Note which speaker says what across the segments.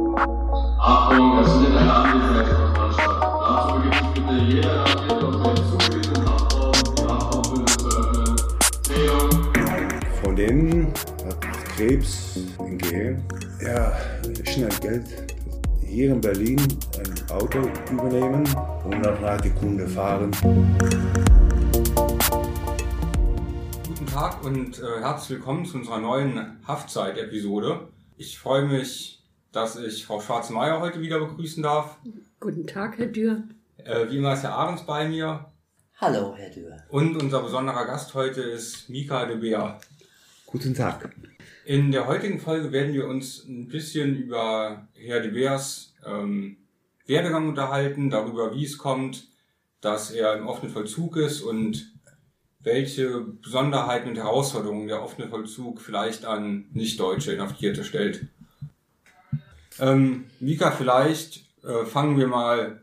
Speaker 1: Achtung, das sind eine Angezeige von Mannschaft. Dazu beginnt bitte jeder Rakete auf den zugewiesenen Plattform, die Plattform zu öffnen. Drehung.
Speaker 2: Freundin hat Krebs in Gehirn. Ja, schnell Geld. Hier in Berlin ein Auto übernehmen und dann nach die Kunde fahren.
Speaker 3: Guten Tag und äh, herzlich willkommen zu unserer neuen Haftzeit-Episode. Ich freue mich, dass ich Frau Schwarzenmeier heute wieder begrüßen darf.
Speaker 4: Guten Tag, Herr Dürr.
Speaker 3: Äh, wie immer ist Herr Ahrens bei mir
Speaker 5: Hallo, Herr Dürr.
Speaker 3: und unser besonderer Gast heute ist Mika de Beer.
Speaker 6: Guten Tag.
Speaker 3: In der heutigen Folge werden wir uns ein bisschen über Herr de Beers ähm, Werdegang unterhalten, darüber, wie es kommt, dass er im offenen Vollzug ist und welche Besonderheiten und Herausforderungen der offene Vollzug vielleicht an Nichtdeutsche Inhaftierte stellt. Ähm, Mika, vielleicht äh, fangen wir mal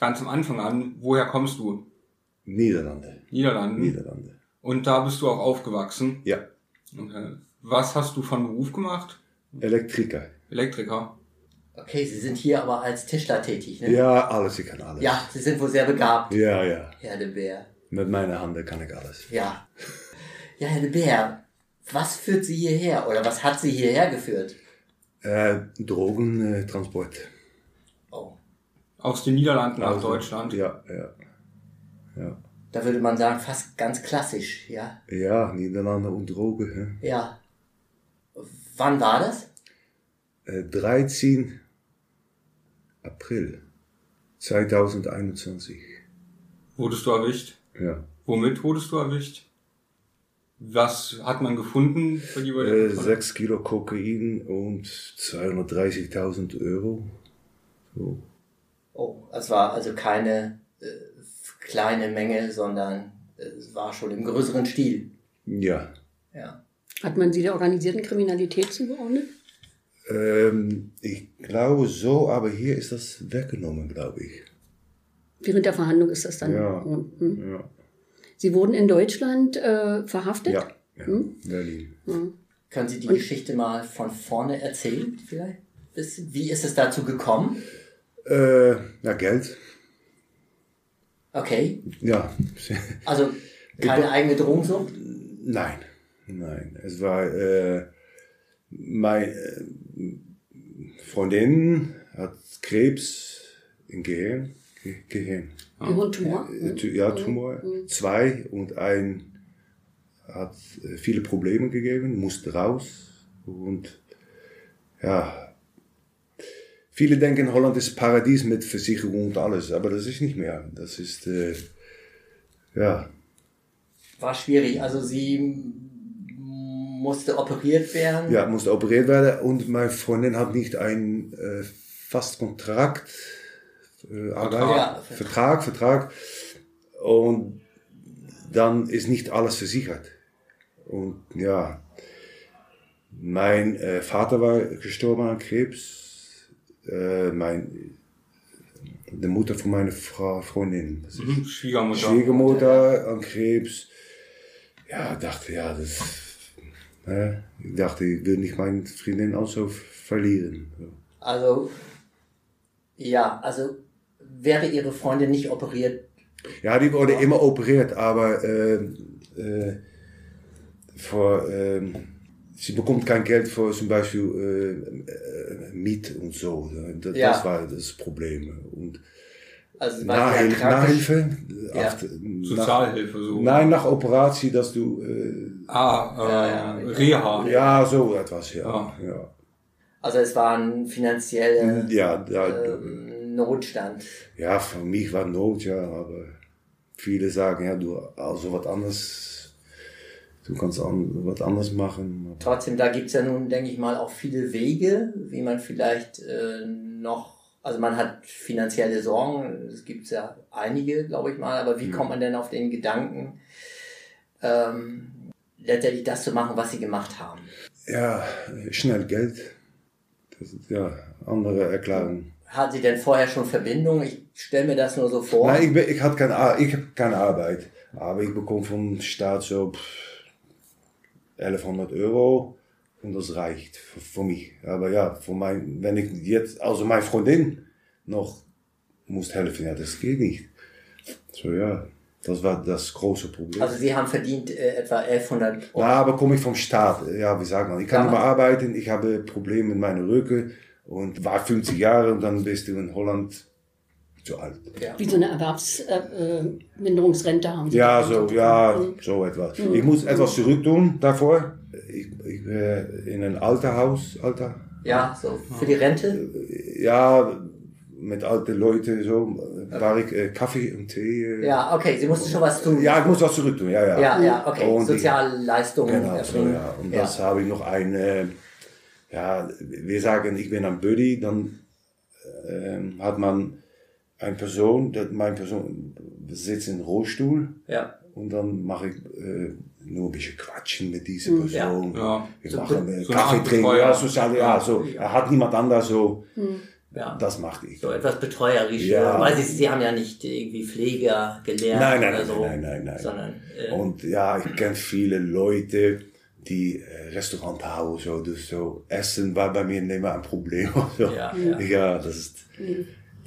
Speaker 3: ganz am Anfang an. Woher kommst du?
Speaker 2: Niederlande.
Speaker 3: Niederlanden.
Speaker 2: Niederlande.
Speaker 3: Und da bist du auch aufgewachsen.
Speaker 2: Ja,
Speaker 3: Okay. Was hast du von Beruf gemacht?
Speaker 2: Elektriker.
Speaker 3: Elektriker.
Speaker 5: Okay, Sie sind hier aber als Tischler tätig, ne?
Speaker 2: Ja, alles, ich kann alles.
Speaker 5: Ja, Sie sind wohl sehr begabt,
Speaker 2: Ja, ja.
Speaker 5: Herr de Beer.
Speaker 2: Mit meiner Hand kann ich alles.
Speaker 5: Ja. Ja, Herr de Beer, was führt Sie hierher oder was hat Sie hierher geführt?
Speaker 2: Äh, Drogentransport.
Speaker 5: Oh,
Speaker 3: Aus den Niederlanden nach
Speaker 2: Also,
Speaker 3: Deutschland.
Speaker 2: Ja, ja. Ja,
Speaker 5: da würde man sagen, fast ganz klassisch, ja?
Speaker 2: ja Niederlande und Drogen. Hè.
Speaker 5: Ja. Wann war das?
Speaker 2: Äh, 13 April 2021.
Speaker 3: Wurdest du erwischt?
Speaker 2: Ja.
Speaker 3: Womit wurdest du erwischt? Was hat man gefunden für die
Speaker 2: Äh, 6 Kilo Kokain und 230.000 Euro. So.
Speaker 5: Oh, es war also keine äh, kleine Menge, sondern äh, es war schon im größeren Stil.
Speaker 2: Ja.
Speaker 5: Ja.
Speaker 4: Hat man Sie der organisierten Kriminalität zugeordnet?
Speaker 2: Ähm, ich glaube so, aber hier ist das weggenommen, glaube ich.
Speaker 4: Während der Verhandlung ist das dann.
Speaker 2: Ja.
Speaker 4: Mhm.
Speaker 2: Ja.
Speaker 4: Sie wurden in Deutschland äh, verhaftet?
Speaker 2: Ja. ja.
Speaker 4: Hm?
Speaker 2: Berlin.
Speaker 5: Können Sie die Geschichte mal von vorne erzählen, vielleicht? Bisschen? Wie ist es dazu gekommen?
Speaker 2: Äh, na, Geld.
Speaker 5: Okay,
Speaker 2: Ja.
Speaker 5: also keine eigene Drogensucht?
Speaker 2: Nein, nein. Es war äh, meine äh, Freundin hat Krebs im Gehirn. Ge Gehirn.
Speaker 4: Und Tumor?
Speaker 2: Äh, Tu- Ja, Tumor. Zwei und ein hat äh, viele Probleme gegeben, musste raus. Und ja, viele denken, Holland ist Paradies mit Versicherung und alles, aber das ist nicht mehr. Das ist, äh, ja,
Speaker 5: War schwierig, also sie m- musste operiert werden.
Speaker 2: Ja, musste operiert werden und meine Freundin hat nicht einen äh, Fastkontrakt, äh, Arbeit,
Speaker 5: Ja.
Speaker 2: Vertrag, Vertrag. Und dann ist nicht alles versichert. Und ja, mein äh, Vater war gestorben an Krebs. Äh, mein, die Mutter von meiner Fra Freundin, das ist
Speaker 3: Mhm, Schwiegermutter.
Speaker 2: Schwiegermutter an Krebs. Ja, ik dacht, ja, das. Ne? Ich dachte, ich will nicht meine Freundin auch so verlieren.
Speaker 5: Also, ja, also wäre ihre Freundin nicht operiert,
Speaker 2: Ja, die wurde immer operiert, aber ähm, äh, voor, ähm, sie bekommt kein Geld für zum Beispiel äh, äh, Miet und so. Das,
Speaker 5: Ja.
Speaker 2: das war das Problem. Und
Speaker 5: also sie war
Speaker 2: Nachhil
Speaker 5: sehr krank.
Speaker 2: Nachhilfe?
Speaker 5: Ja.
Speaker 2: Acht-
Speaker 3: Sozialhilfe so.
Speaker 2: Nach, nein, nach Operatie, dass du. Äh,
Speaker 3: Ah, äh,
Speaker 5: Ja, ja.
Speaker 3: Reha.
Speaker 2: Ja, so etwas, ja.
Speaker 3: Ja.
Speaker 2: Ja,
Speaker 5: Also es war ein finanzieller
Speaker 2: ja, da,
Speaker 5: ähm, Notstand.
Speaker 2: ja für mich war Not, ja, aber viele sagen, ja, du, also was anderes, du kannst an, was anderes machen.
Speaker 5: Trotzdem, da gibt's ja nun, denke ich mal, auch viele Wege, wie man vielleicht äh, noch, also man hat finanzielle Sorgen, es gibt ja einige, glaube ich mal,
Speaker 2: Hm.
Speaker 5: aber wie kommt man denn auf den Gedanken, ähm, letztendlich das zu machen, was sie gemacht haben?
Speaker 2: Ja, schnell Geld. Das ist ja andere Erklärung.
Speaker 5: Hatten sie denn vorher schon Verbindung? Ich stelle mir das nur so vor.
Speaker 2: Nein, ich, bin- ich, hatte keine, Ar- ich habe keine Arbeit, aber ich bekomme vom Staat so pff, 1100 Euro. Und das reicht für, für mich. Aber ja, für mein, wenn ich jetzt, also meine Freundin noch muss helfen, ja, das geht nicht. So, ja, das war das große Problem.
Speaker 5: Also Sie haben verdient äh, etwa 1100 Euro.
Speaker 2: Na, aber komme ich vom Staat. Ja, wie sagt man? Ich kann
Speaker 5: Ja.
Speaker 2: nicht mehr arbeiten, ich habe Probleme mit meinem Rücken und war 50 Jahre und dann bist du in Holland zu alt.
Speaker 5: Ja.
Speaker 4: Wie so eine Erwerbsminderungsrente äh, Minderungsrente haben sie.
Speaker 2: Ja,
Speaker 4: da.
Speaker 2: so, ja, so etwas.
Speaker 5: Mhm.
Speaker 2: Ich muss etwas zurück tun davor. Ich, ich äh, in ein alter Haus, alter,
Speaker 5: ja, so für die Rente.
Speaker 2: ja, mit alten Leuten, so, äh, war ich äh, Kaffee und Tee. äh,
Speaker 5: Ja, okay, Sie mussten schon was tun.
Speaker 2: ja, ich muss was zurück tun, ja, ja.
Speaker 5: ja, Mhm. ja, okay.
Speaker 2: Und ich-
Speaker 5: Sozialleistungen.
Speaker 2: Genau, so,
Speaker 5: erbringen.
Speaker 2: ja. Und das habe ich noch eine, ja, wir sagen, ich bin ein Buddy, dann ähm, hat man eine Person, das, meine Person sitzt in Rollstuhl
Speaker 5: ja.
Speaker 2: und dann mache ich äh, nur ein bisschen quatschen mit dieser Person.
Speaker 3: Ja.
Speaker 2: Wir
Speaker 5: Hm, So-
Speaker 2: machen äh,
Speaker 3: so eine
Speaker 2: Kaffee
Speaker 3: Art
Speaker 2: trinken,
Speaker 3: Betreuer.
Speaker 2: ja, sozial, ja, so. Er hat niemand anders, so,
Speaker 4: Hm.
Speaker 5: ja.
Speaker 2: das mache ich.
Speaker 5: So etwas betreuerisch.
Speaker 2: Ja.
Speaker 5: Weil Sie, Sie haben ja nicht irgendwie Pfleger gelernt
Speaker 2: Nein, nein,
Speaker 5: oder
Speaker 2: nein,
Speaker 5: so.
Speaker 2: nein, nein, nein.
Speaker 5: also, Sondern, äh,
Speaker 2: Und ja, ich kenne viele Leute, die äh, Restaurant haben, so, dus so Essen war bei mir immer ein Problem. So.
Speaker 5: Ja, ja. Mhm.
Speaker 2: Ja, das ist,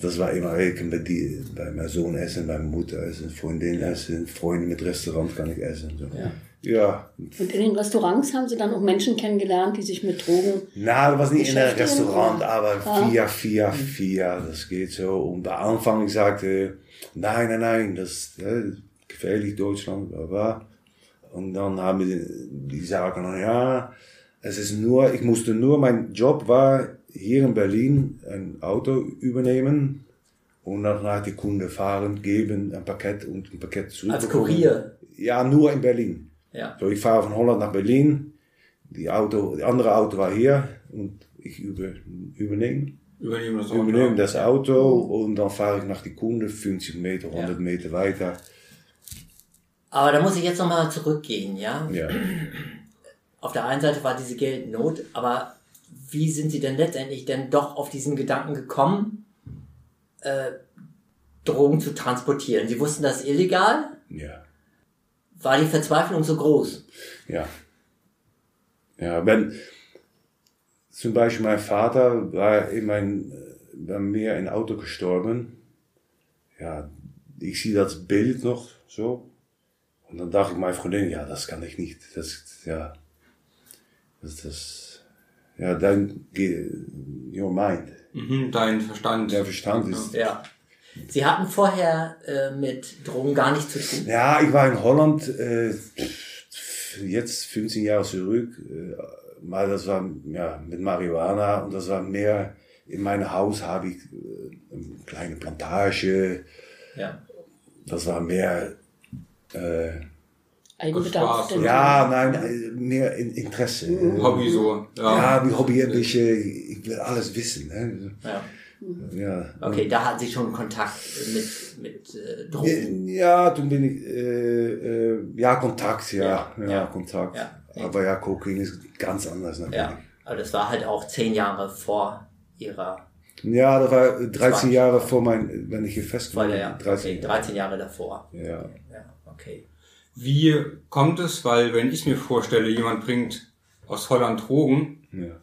Speaker 2: das war immer, ich kann bei, die, bei meinem Sohn essen, bei meiner Mutter essen, Freundin essen, Freunde mit Restaurant kann ich essen. So.
Speaker 5: Ja.
Speaker 2: ja,
Speaker 4: Und in den Restaurants haben sie dann auch Menschen kennengelernt, die sich mit Drogen.
Speaker 2: Na, das war nicht in einem
Speaker 4: Beschäftigen,
Speaker 2: Restaurant,
Speaker 4: oder?
Speaker 2: aber via, via, via, das geht so. Und am Anfang ich sagte, nein, nein, nein, das ist äh, gefährlich, Deutschland, bla, bla. Und dann haben die, die sagen, na ja, es ist nur, ich musste nur, mein Job war, hier in Berlin ein Auto übernehmen und dann nach die Kunde fahren, geben, ein Paket und ein Paket zurück.
Speaker 5: als Also Kurier.
Speaker 2: Ja, nur in Berlin.
Speaker 5: Ja.
Speaker 2: So, ich fahre von Holland nach Berlin. Die Auto, die andere Auto war hier und ich über, übernehme,
Speaker 3: Übernehmen das auch.
Speaker 2: übernehme
Speaker 3: ja.
Speaker 2: das Auto und dann fahre ich nach die Kunde 50 Meter, 100
Speaker 5: Ja.
Speaker 2: Meter weiter.
Speaker 5: Aber da muss ich jetzt nochmal zurückgehen, ja?
Speaker 2: Ja.
Speaker 5: Auf der einen Seite war diese Geldnot, aber wie sind Sie denn letztendlich denn doch auf diesen Gedanken gekommen, äh, Drogen zu transportieren? Sie wussten das illegal?
Speaker 2: ja.
Speaker 5: War die Verzweiflung so groß?
Speaker 2: Ja. Ja, wenn zum Beispiel mein Vater war in mein, bei mir in Auto gestorben. Ja, ich sehe das Bild noch so. Und dann dachte ich meine Freundin, ja, das kann ich nicht. Das, ja, das, das, ja, dein, Ge- your mind.
Speaker 3: Mhm, dein Verstand.
Speaker 2: Der Verstand ist,
Speaker 5: Ja. Sie hatten vorher äh, mit Drogen gar nichts zu tun.
Speaker 2: Ja, ich war in Holland, äh, jetzt 15 Jahre zurück, äh, mal das war ja, mit Marihuana und das war mehr, in meinem Haus habe ich äh, eine kleine Plantage,
Speaker 5: Ja.
Speaker 2: das war mehr, äh,
Speaker 4: Eigenbedarf.
Speaker 3: Spaß, oder?
Speaker 2: ja, nein, äh, mehr in Interesse. äh,
Speaker 3: Mhm. Hobby so.
Speaker 2: Ja, wie Hobby, ein bisschen, ich will alles wissen. Ne?
Speaker 5: ja.
Speaker 2: Ja.
Speaker 5: Okay, da hatten Sie schon Kontakt mit, mit äh, Drogen.
Speaker 2: Ja, toen ben ik. eh, eh, ja, contact, ja.
Speaker 5: Ja,
Speaker 2: Ja,
Speaker 5: ja.
Speaker 2: contact.
Speaker 5: Ja.
Speaker 2: Aber ja, Cocaine ist ganz anders natürlich.
Speaker 5: Ja.
Speaker 2: Ja,
Speaker 5: Aber das war halt auch zehn Jahre vor Ihrer
Speaker 2: das war 13
Speaker 5: 20.
Speaker 2: Jahre vor mein, wenn ich hier
Speaker 5: vor
Speaker 2: festgekommen
Speaker 5: der, 13, okay,
Speaker 2: 13
Speaker 5: 13 Jahre davor.
Speaker 2: Ja.
Speaker 5: Ja, okay.
Speaker 3: Wie kommt es? Weil wenn ich mir vorstelle, jemand bringt aus Holland Drogen,
Speaker 2: Ja.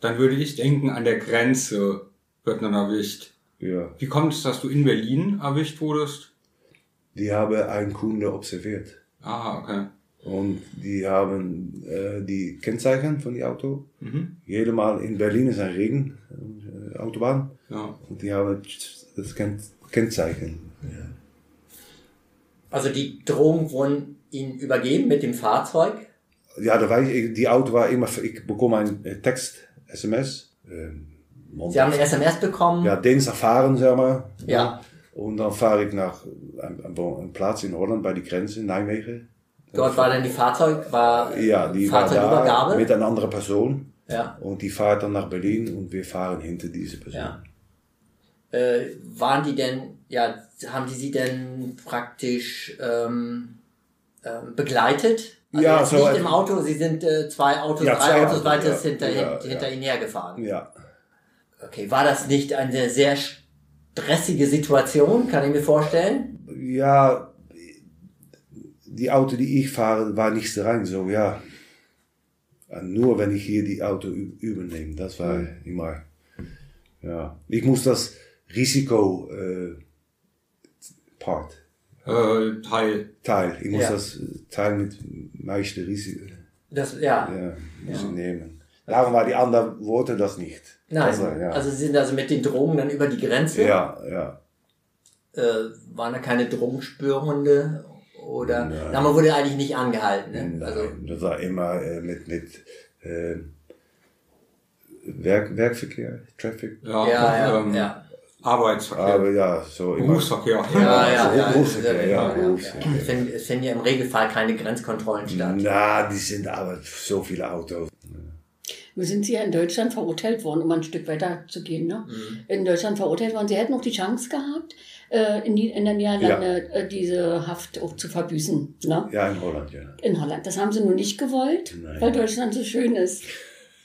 Speaker 3: dann würde ich denken, an der Grenze wird man erwischt.
Speaker 2: ja.
Speaker 3: Wie kommt es, dass du in Berlin erwischt wurdest?
Speaker 2: Die haben einen Kunde observiert.
Speaker 3: Ah, okay.
Speaker 2: Und die haben äh, die Kennzeichen von dem Auto.
Speaker 3: Mhm.
Speaker 2: Jedes Mal in Berlin ist ein Regen, äh, Autobahn.
Speaker 3: Ja.
Speaker 2: Und die haben das Ken Kennzeichen. Ja.
Speaker 5: Also die Drogen wurden Ihnen übergeben mit dem Fahrzeug.
Speaker 2: Ja, da war ich, die Auto war immer, ich bekomme einen äh, Text, SMS. Ähm,
Speaker 5: Sie haben eine SMS bekommen.
Speaker 2: ja, Dienstag fahren, sag mal.
Speaker 5: Ja.
Speaker 2: Und dann fahre ich nach einem Platz in Holland bei die Grenze, Nijmegen.
Speaker 5: Dort war dann die Fahrzeug, war äh,
Speaker 2: Ja, die war da
Speaker 5: Fahrzeugübergabe.
Speaker 2: mit einer anderen Person.
Speaker 5: ja.
Speaker 2: Und die fährt dann nach Berlin und wir fahren hinter diese Person.
Speaker 5: Ja. Äh, waren die denn, ja, haben die sie denn praktisch ähm, ähm, begleitet? Also
Speaker 2: Ja,
Speaker 5: jetzt
Speaker 2: so,
Speaker 5: nicht
Speaker 2: also-
Speaker 5: im Auto, sie sind äh, zwei Autos,
Speaker 2: Ja,
Speaker 5: drei
Speaker 2: zwei
Speaker 5: Autos
Speaker 2: Autos,
Speaker 5: weiter
Speaker 2: ja,
Speaker 5: hinter,
Speaker 2: ja,
Speaker 5: hinter
Speaker 2: ja.
Speaker 5: ihnen hergefahren.
Speaker 2: Ja.
Speaker 5: Okay, war das nicht eine sehr stressige Situation, kann ich mir vorstellen?
Speaker 2: Ja, die Auto, die ich fahre, war nicht rein, so, ja. nur wenn ich hier die Auto ü- übernehme. Das war immer, ja. Ich muss das Risiko, äh, Part,
Speaker 3: Äh, Teil.
Speaker 2: Teil, ich muss
Speaker 5: Ja.
Speaker 2: das äh, Teil mit meisten Risiko,
Speaker 5: Das, ja.
Speaker 2: ja, dus muss ich nehmen. Darum war die anderen Worte das nicht.
Speaker 5: Nein,
Speaker 2: Also,
Speaker 5: also,
Speaker 2: ja.
Speaker 5: sie sind also mit den Drogen dann über die Grenze.
Speaker 2: ja, ja.
Speaker 5: Äh, waren da keine Drogenspürhunde oder?
Speaker 2: Nein.
Speaker 5: Na, man wurde eigentlich nicht angehalten. Ne?
Speaker 2: Nein,
Speaker 5: Also
Speaker 2: das war immer äh, mit, mit äh, Werk, Werkverkehr, Traffic.
Speaker 3: Ja,
Speaker 5: ja, ja,
Speaker 3: ähm,
Speaker 5: ja.
Speaker 3: Arbeitsverkehr.
Speaker 2: Aber ja, so immer.
Speaker 3: Berufsverkehr.
Speaker 5: Ja, ja,
Speaker 2: also
Speaker 5: ja,
Speaker 2: Berufsverkehr,
Speaker 5: ja,
Speaker 2: ja,
Speaker 5: ja,
Speaker 2: Berufsverkehr.
Speaker 5: ja. Es finden- Es finden ja im Regelfall keine Grenzkontrollen statt.
Speaker 2: Na, Nou, die sind aber so viele Autos.
Speaker 4: Nun sind sie ja in Deutschland verurteilt worden, um ein Stück weiter zu gehen. Ne?
Speaker 3: Mhm.
Speaker 4: In Deutschland verurteilt worden. Sie hätten noch die Chance gehabt, äh, in, die, in der Niederlande äh, diese Haft auch zu verbüßen. Ne?
Speaker 2: Ja, in Holland, ja.
Speaker 4: In Holland. Das haben sie nur nicht gewollt,
Speaker 2: Nein.
Speaker 4: weil Deutschland so schön ist.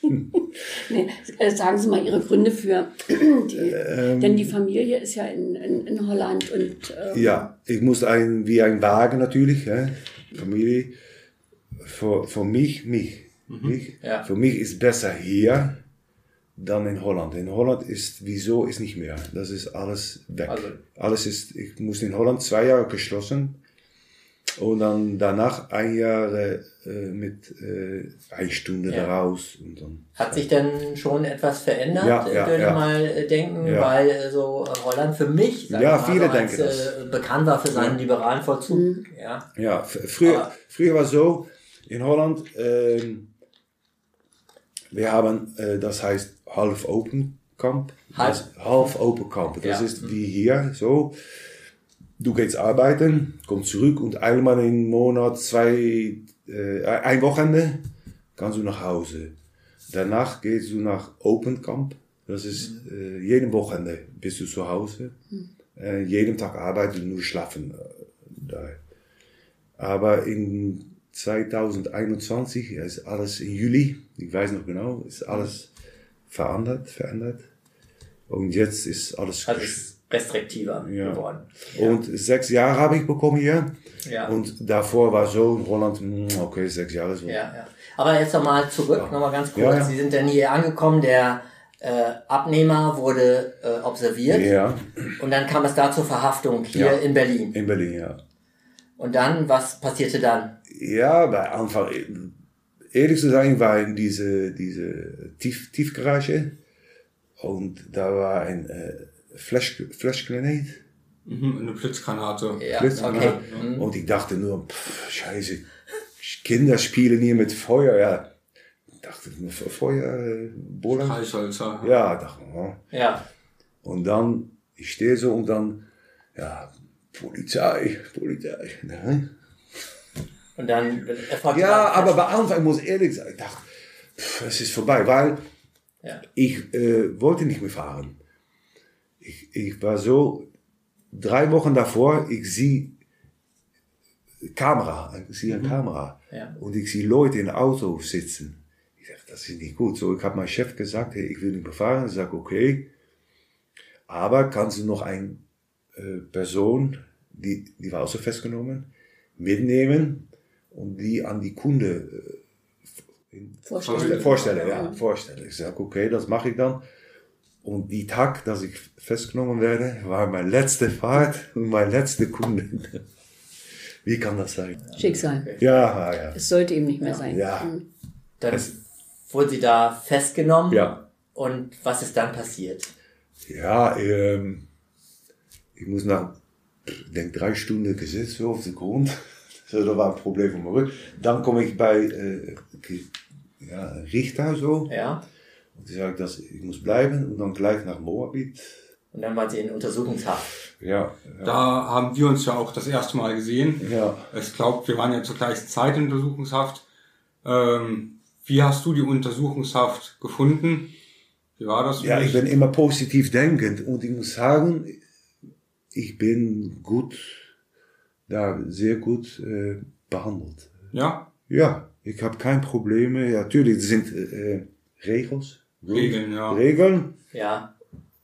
Speaker 2: Hm.
Speaker 4: nee, äh, sagen Sie mal Ihre Gründe für. Die,
Speaker 2: Äh, Eh, ehm,
Speaker 4: denn die Familie ist ja in, in, in Holland und. ähm,
Speaker 2: Ja, ich muss ein, wie ein Wagen natürlich, hè? Familie. Für, für mich, mich, mich.
Speaker 5: Mhm. Ja.
Speaker 2: Für mich ist besser hier dann in Holland. In Holland ist, wieso ist nicht mehr. Das ist alles weg.
Speaker 5: Also-
Speaker 2: alles ist, ich muss in Holland zwei Jahre geschlossen und dann danach ein Jahr äh, mit äh, eine Stunde
Speaker 5: Ja.
Speaker 2: raus und dann.
Speaker 5: Hat sich denn schon etwas verändert,
Speaker 2: Ja,
Speaker 5: äh,
Speaker 2: ja,
Speaker 5: würde
Speaker 2: ja.
Speaker 5: ich mal äh, denken,
Speaker 2: Ja.
Speaker 5: weil äh, so äh, Holland für mich sag
Speaker 2: Ja,
Speaker 5: ich mal,
Speaker 2: viele
Speaker 5: so als,
Speaker 2: denken das.
Speaker 5: äh, bekannt war für seinen liberalen Vollzug. Ja.
Speaker 2: Ja, v- früher,
Speaker 5: Aber-
Speaker 2: früher war so, in Holland, ähm, wir haben, äh, das heißt half open Kamp.
Speaker 5: Half.
Speaker 2: Das- half open Kamp. Das
Speaker 5: Ja.
Speaker 2: ist wie hier, so. Du gehst arbeiten, kommst zurück und einmal im Monat, zwei, äh, ein Wochenende kannst du nach Hause. Danach gehst du nach Open Camp. Das ist äh, jeden Wochenende bist du zu Hause. Äh, jeden Tag arbeiten, nur schlafen. Äh, da. Aber in 2021, ja, ist alles in Juli, ich weiß noch genau, ist alles verändert, verändert. Und jetzt ist alles
Speaker 5: Also
Speaker 2: gesch-
Speaker 5: es ist restriktiver
Speaker 2: Ja.
Speaker 5: geworden.
Speaker 2: Und sechs Jahre habe ich bekommen hier.
Speaker 5: Ja.
Speaker 2: Und davor war so in Holland, hm, okay, sechs Jahre so.
Speaker 5: Ja, ja. Aber jetzt nochmal zurück, nochmal ganz kurz.
Speaker 2: Ja, ja.
Speaker 5: Sie sind dann hier angekommen, der äh, Abnehmer wurde äh, observiert
Speaker 2: Ja,
Speaker 5: und dann kam es da zur Verhaftung hier
Speaker 2: Ja.
Speaker 5: in Berlin.
Speaker 2: in Berlin, ja.
Speaker 5: Und dann, was passierte dann?
Speaker 2: Ja, bei Anfang, ehrlich zu sein, war in diese, diese Tief, Tiefgarage und da war ein äh, Flash, Flashgranate.
Speaker 3: Mhm, eine Blitzgranate.
Speaker 5: Ja,
Speaker 2: Blitzgranate.
Speaker 5: okay. Mhm.
Speaker 2: Und ich dachte nur, pff, scheiße, Kinder spielen hier mit Feuer, ja. Ich dachte, Feuer, äh, Bohlen.
Speaker 3: Streichhölzer.
Speaker 2: Ja, ich dachte, oh.
Speaker 5: Ja.
Speaker 2: Und dann, ich stehe so und dann, ja, Polizei, Polizei. Ne?
Speaker 5: Und dann erfolgte
Speaker 2: Ja,
Speaker 5: dann-
Speaker 2: aber bei Anfang muss ich ehrlich sein, ich dachte, pff, es ist vorbei, weil
Speaker 5: Ja.
Speaker 2: ich äh, wollte nicht mehr fahren. Ich, ich war so, drei Wochen davor, ich sehe Kamera, ich sehe eine Kamera
Speaker 5: Mhm. Ja.
Speaker 2: und ich sehe Leute in Auto sitzen. Ich dachte, das ist nicht gut. So, ich habe meinem Chef gesagt, hey, ich will nicht mehr fahren. Er sagt, okay, aber kannst du noch eine äh, Person, die, die war auch so festgenommen, mitnehmen und die an die Kunde äh,
Speaker 4: Vorstellung.
Speaker 2: Vorstellen, ja, vorstellen. Ich sage, okay, das mache ich dann. Und die Tag, dass ich festgenommen werde, war meine letzte Fahrt und mein letzter Kunde. Wie kann das sein?
Speaker 4: Schicksal.
Speaker 2: Ja, ah, ja.
Speaker 4: Es sollte eben nicht mehr sein.
Speaker 2: Ja.
Speaker 4: Mhm.
Speaker 5: Dann wurde sie da festgenommen.
Speaker 2: Ja.
Speaker 5: Und was ist dann passiert?
Speaker 2: Ja, ähm, ich muss nach, ich denk drei Stunden gesessen so auf den Grund. So, da war ein Problem von meinem Rücken. Dann komme ich bei äh, Ge- ja, Richter so.
Speaker 5: Ja.
Speaker 2: Und die sagt, dass ich muss bleiben und dann gleich nach Moabit.
Speaker 5: Und dann waren sie in Untersuchungshaft.
Speaker 2: Ja,
Speaker 3: Da haben wir uns ja auch das erste Mal gesehen.
Speaker 2: ja.
Speaker 3: Ich glaube, wir waren ja zur gleichen Zeit in Untersuchungshaft. Ähm, wie hast du die Untersuchungshaft gefunden? Wie war das? für
Speaker 2: Ja, ich
Speaker 3: dich?
Speaker 2: bin immer positiv denkend und ich muss sagen, ich bin gut, da sehr gut äh, behandelt.
Speaker 3: Ja,
Speaker 2: Ja, ich habe keine Probleme. Ja, natürlich, das sind äh, äh, Regels.
Speaker 3: Regeln, ja.
Speaker 2: Regeln
Speaker 5: Ja.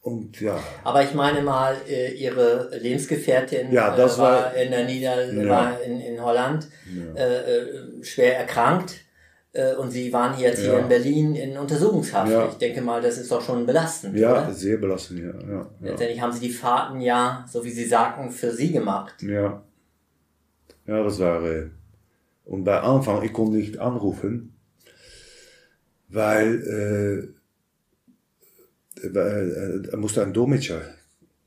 Speaker 2: und ja.
Speaker 5: Aber ich meine mal, äh, ihre Lebensgefährtin
Speaker 2: Ja, das
Speaker 5: äh, war,
Speaker 2: war-
Speaker 5: in der Nieder
Speaker 2: Ja.
Speaker 5: war in, in Holland äh, äh, schwer erkrankt. Äh, und Sie waren jetzt hier
Speaker 2: Ja.
Speaker 5: in Berlin in Untersuchungshaft.
Speaker 2: Ja.
Speaker 5: Ich denke mal, das ist doch schon belastend.
Speaker 2: Ja,
Speaker 5: Oder?
Speaker 2: sehr belastend, ja. Ja, ja.
Speaker 5: Letztendlich haben Sie die Fahrten ja, so wie Sie sagten, für Sie gemacht.
Speaker 2: ja. ja das war. Äh, und bei Anfang, ich konnte nicht anrufen, weil eh, äh, weil, äh, da musste ein Dolmetscher,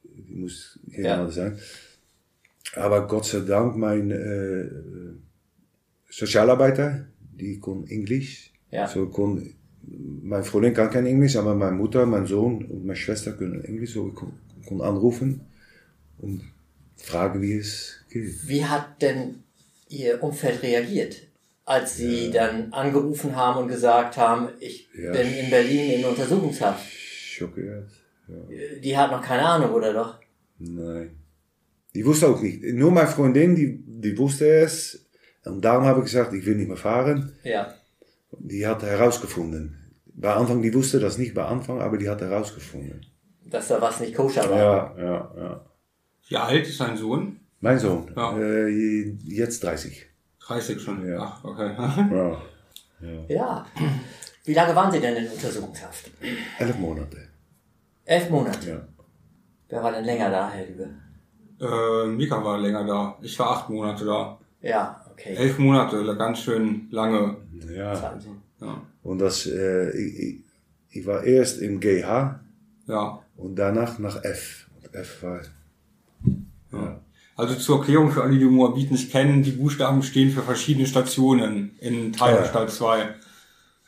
Speaker 2: die muss jemand sein. Aber Gott sei Dank, mein äh, Sozialarbeiter, die kon Englisch.
Speaker 5: Ja.
Speaker 2: So kon, meine Freundin kann kein Englisch, aber meine Mutter, mein Sohn und meine Schwester können Englisch. So ich kon, kon anrufen und fragen, wie es geht.
Speaker 5: Wie hat denn Ihr Umfeld reagiert, als Sie dann angerufen haben und gesagt haben, ich
Speaker 2: Ja.
Speaker 5: bin in Berlin in Untersuchungshaft?
Speaker 2: Schockiert. Ja.
Speaker 5: Die hat noch keine Ahnung, oder doch?
Speaker 2: Nein. Die wusste auch nicht. Nur meine Freundin, die, die wusste es. Und daarom habe ich gesagt, ich will nicht mehr fahren.
Speaker 5: Ja.
Speaker 2: Die hat herausgefunden. Bei Anfang, die wusste das nicht bei Anfang, aber die hat herausgefunden.
Speaker 5: Dass da was nicht koscher war.
Speaker 2: Ja, ja, ja.
Speaker 3: Wie alt ist dein Sohn?
Speaker 2: Mein Sohn,
Speaker 3: Ja.
Speaker 2: äh, jetzt 30.
Speaker 3: 30 schon.
Speaker 2: Ja.
Speaker 3: Ach, okay.
Speaker 2: Ja.
Speaker 5: Ja. Wie lange waren Sie denn in Untersuchungshaft?
Speaker 2: Elf Monate.
Speaker 5: Elf Monate.
Speaker 2: Ja.
Speaker 5: Wer war denn länger da, Herr Lübe?
Speaker 3: äh, Mika war länger da. Ich war acht Monate da.
Speaker 5: Ja, okay.
Speaker 3: Elf Monate, ganz schön lange.
Speaker 2: ja.
Speaker 5: Also,
Speaker 3: Ja.
Speaker 2: Und das, äh, ich, ich, ich war erst im GH
Speaker 3: ja.
Speaker 2: und danach nach F. Und F war,
Speaker 3: Ja. Also zur Erklärung für alle, die Moabit nicht kennen, die Buchstaben stehen für verschiedene Stationen in Teilstadt 2.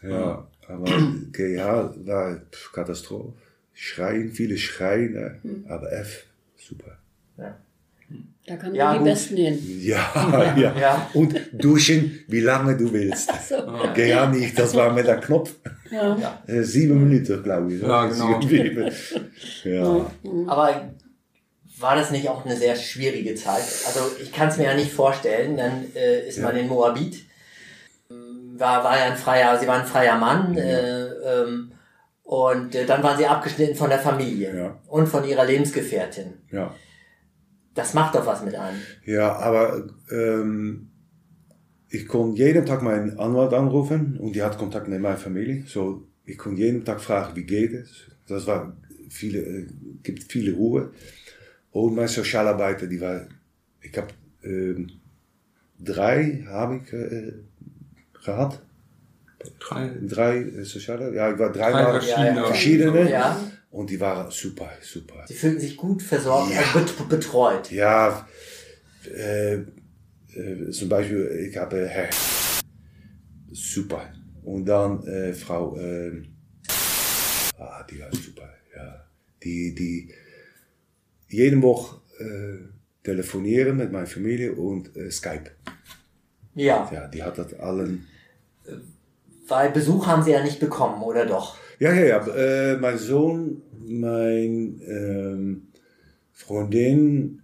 Speaker 2: ja. Aber GH war pf, Katastrophe. Schreien, viele schreien, äh, aber F, super.
Speaker 5: Ja.
Speaker 4: Da kamen
Speaker 5: Ja,
Speaker 4: nur die
Speaker 5: gut.
Speaker 4: Besten hin.
Speaker 2: Ja, ja,
Speaker 5: Ja.
Speaker 2: Und duschen, wie lange du willst.
Speaker 4: Ach so.
Speaker 2: GH nicht, das war mit der Knopf.
Speaker 4: Ja.
Speaker 2: Äh, sieben Minuten, glaube ich.
Speaker 3: Ja, genau.
Speaker 2: Ja.
Speaker 5: Aber war das nicht auch eine sehr schwierige Zeit? Also ich kann es mir ja nicht vorstellen. Dann äh, ist man in Moabit. War, war ja ein freier, sie war ein freier Mann.
Speaker 2: Mhm.
Speaker 5: Äh, ähm, und äh, dann waren sie abgeschnitten von der Familie
Speaker 2: Ja.
Speaker 5: und von ihrer Lebensgefährtin.
Speaker 2: ja.
Speaker 5: Das macht doch was mit einem.
Speaker 2: Ja, aber ähm, ich konnte jeden Tag meinen Anwalt anrufen und die hat Kontakt mit meiner Familie. So, ich konnte jeden Tag fragen, wie geht es? Das war viele, äh, gibt viele Ruhe. Und mein Sozialarbeiter, die war, ich habe ähm, drei habe ich äh, gehabt,
Speaker 3: Drei,
Speaker 2: drei äh, Sozialarbeiter. Ja, ich war
Speaker 3: drei
Speaker 2: dreimal
Speaker 3: verschiedene.
Speaker 5: ja.
Speaker 2: verschiedene
Speaker 5: Ja.
Speaker 2: und die waren super, super.
Speaker 5: Sie fühlten sich gut versorgt,
Speaker 2: Ja.
Speaker 5: also bet- betreut.
Speaker 2: Ja, äh, äh, zum Beispiel, ich habe Herr eh, super. Und dann äh, Frau, äh, ah, die war super, ja. Die, die jeden Woche äh, telefonieren mit meiner Familie und äh, Skype.
Speaker 5: Ja.
Speaker 2: Ja, die hat das allen.
Speaker 5: Weil Besuch haben sie ja nicht bekommen, oder doch?
Speaker 2: Ja, ja, ja. Äh, mein Sohn, mein ähm, Freundin,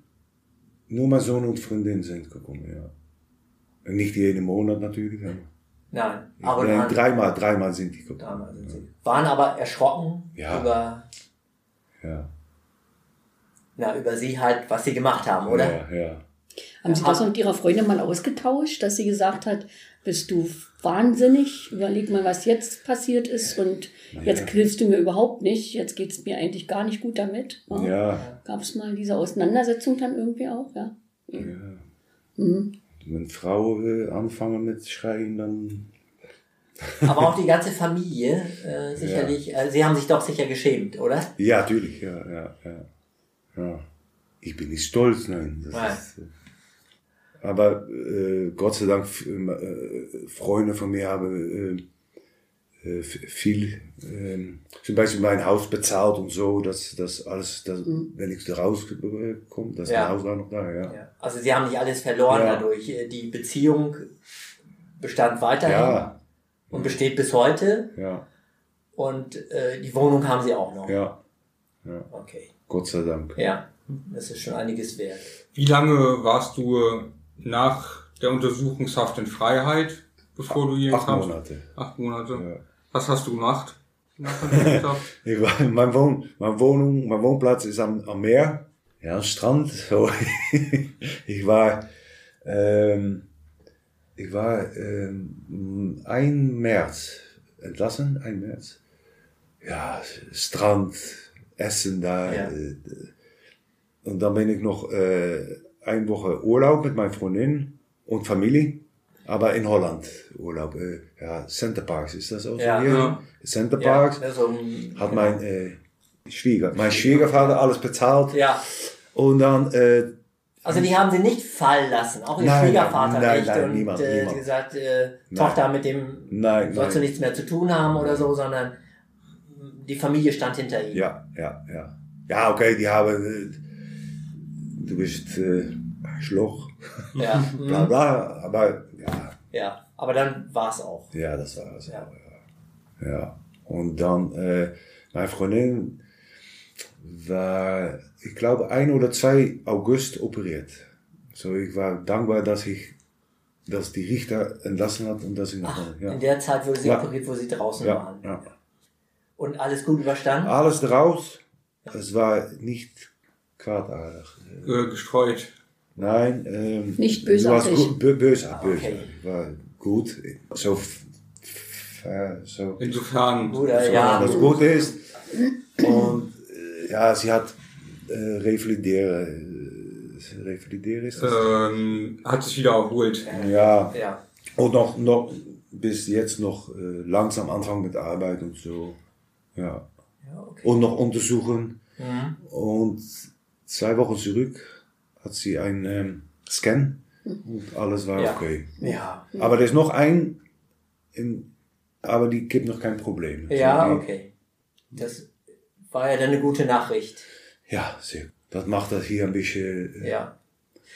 Speaker 2: nur mein Sohn und Freundin sind gekommen, ja. Nicht jeden Monat natürlich, aber
Speaker 5: Nein. Aber
Speaker 2: Nein,
Speaker 5: dann,
Speaker 2: dreimal, dreimal sind die gekommen.
Speaker 5: Dreimal sind sie. Waren aber erschrocken
Speaker 2: Ja.
Speaker 5: über,
Speaker 2: Ja,
Speaker 5: na, über sie halt, was sie gemacht haben, oder?
Speaker 2: ja, ja.
Speaker 4: Haben Sie das mit Ihrer Freundin mal ausgetauscht, dass sie gesagt hat, bist du wahnsinnig, überleg mal, was jetzt passiert ist und jetzt hilfst du mir überhaupt nicht, jetzt geht es mir eigentlich gar nicht gut damit.
Speaker 2: Ja,
Speaker 4: Gab es mal diese Auseinandersetzung dann irgendwie auch, ja?
Speaker 2: ja.
Speaker 4: Mhm.
Speaker 2: Wenn Frauen äh, anfangen mit Schreien, dann.
Speaker 5: Aber auch die ganze Familie, äh, sicherlich, äh, sie haben sich doch sicher geschämt, oder?
Speaker 2: Ja, natürlich, ja, ja, ja. ja. Ich bin nicht stolz, nein. Das
Speaker 5: Nein.
Speaker 2: Ist, äh, aber äh, Gott sei Dank, f- ähm, äh, Freunde von mir haben äh, äh, f- viel, ähm, zum Beispiel mein Haus bezahlt und so, dass das alles, dass, wenn ich da rauskomme, dass
Speaker 5: Ja.
Speaker 2: mein Haus auch noch da, ja.
Speaker 5: Ja. Also sie haben nicht alles verloren
Speaker 2: Ja.
Speaker 5: dadurch. Äh, Die Beziehung bestand weiterhin
Speaker 2: Ja,
Speaker 5: und besteht bis heute.
Speaker 2: ja,
Speaker 5: Und äh, die Wohnung haben sie auch noch.
Speaker 2: ja,
Speaker 5: Okay.
Speaker 2: Gott sei Dank.
Speaker 5: Ja, das ist schon einiges wert.
Speaker 3: Wie lange warst du nach der Untersuchungshaft in Freiheit, bevor du hier
Speaker 2: Acht
Speaker 3: kamst?
Speaker 2: Monate.
Speaker 3: Acht Monate.
Speaker 2: Ja.
Speaker 3: Was hast du gemacht? nach der Untersuchungshaft?
Speaker 2: Ik wa- mijn, woon, mijn, woning, mijn woonplaats is aan, aan meer. Ja, een strand. Zo. ik was ehm, Ich war ähm, 1 März entlassen, 1 März. Ja, Strand, Essen da.
Speaker 5: Ja.
Speaker 2: äh, Und dann bin ich noch äh, eine Woche Urlaub mit meiner Freundin und Familie. Aber in Holland Urlaub. Äh, ja, Centerparks ist das auch
Speaker 5: Ja.
Speaker 2: so hier.
Speaker 3: Ja.
Speaker 2: Centerparks.
Speaker 5: Ja, also, mm,
Speaker 2: Hat
Speaker 5: ja.
Speaker 2: mein äh, Schwieger, mein Schwiegervater alles bezahlt.
Speaker 5: Ja,
Speaker 2: Und dann, äh,
Speaker 5: also die haben sie nicht fallen lassen, auch ihr
Speaker 2: Nein,
Speaker 5: Schwiegervater
Speaker 2: nein,
Speaker 5: nicht.
Speaker 2: nein,
Speaker 5: und
Speaker 2: niemand,
Speaker 5: äh,
Speaker 2: niemand.
Speaker 5: gesagt, äh, Tochter mit dem
Speaker 2: nein,
Speaker 5: sollst
Speaker 2: nein.
Speaker 5: du nichts mehr zu tun haben oder so, sondern die Familie stand hinter ihm.
Speaker 2: Ja, ja, ja. Ja, oké, die hebben. eh, Toen is het eh, slog,
Speaker 5: Ja, mm,
Speaker 2: bla bla. Maar ja,
Speaker 5: ja. aber dann war es auch.
Speaker 2: ja dat waren ze.
Speaker 5: Ja.
Speaker 2: Ja. ja. En dan, eh, mijn vriendin, waar, ik geloof 1 of 2 august opereert. Zo, ik was dankbaar dat ik. Dat die Richter entlassen had en dat ze nog.
Speaker 5: Ach,
Speaker 2: ja.
Speaker 5: In der Zeit wurde sie
Speaker 2: Ja.
Speaker 5: operiert, wo sie draußen
Speaker 2: ja, Ah,
Speaker 5: waren.
Speaker 2: ja.
Speaker 5: Und alles gut überstanden?
Speaker 2: Alles eruit. Het was niet kwaadaardig.
Speaker 3: Äh, gestreut.
Speaker 2: Nein, ähm,
Speaker 4: Nicht
Speaker 2: Du
Speaker 4: bösartig.
Speaker 2: warst gut, bö bösartig,
Speaker 5: Ah, okay.
Speaker 2: bösartig. War gut. So, f- f- äh, so,
Speaker 3: Insofern.
Speaker 5: Oder
Speaker 2: so
Speaker 5: äh, ja.
Speaker 2: das gut ist. Und äh, ja, sie hat äh, revalidieren. äh, Revalidieren ist das?
Speaker 3: Ähm, hat sich wieder erholt.
Speaker 5: Eh.
Speaker 2: Ja.
Speaker 5: Ja.
Speaker 2: Und noch, noch bis jetzt noch äh, langsam anfangen mit Arbeit und so. Ja.
Speaker 5: ja okay.
Speaker 2: Und noch untersuchen.
Speaker 5: Mhm.
Speaker 2: Und zwei Wochen zurück hat sie einen ähm, Scan und alles war
Speaker 5: Ja.
Speaker 2: okay.
Speaker 5: Ja.
Speaker 2: Aber er ist noch ein, in, aber die gibt noch kein Problem.
Speaker 5: Ja,
Speaker 2: Also die-
Speaker 5: okay. Das war ja dann eine gute Nachricht.
Speaker 2: Ja, sehr. Das macht das hier ein bisschen äh,
Speaker 5: Ja.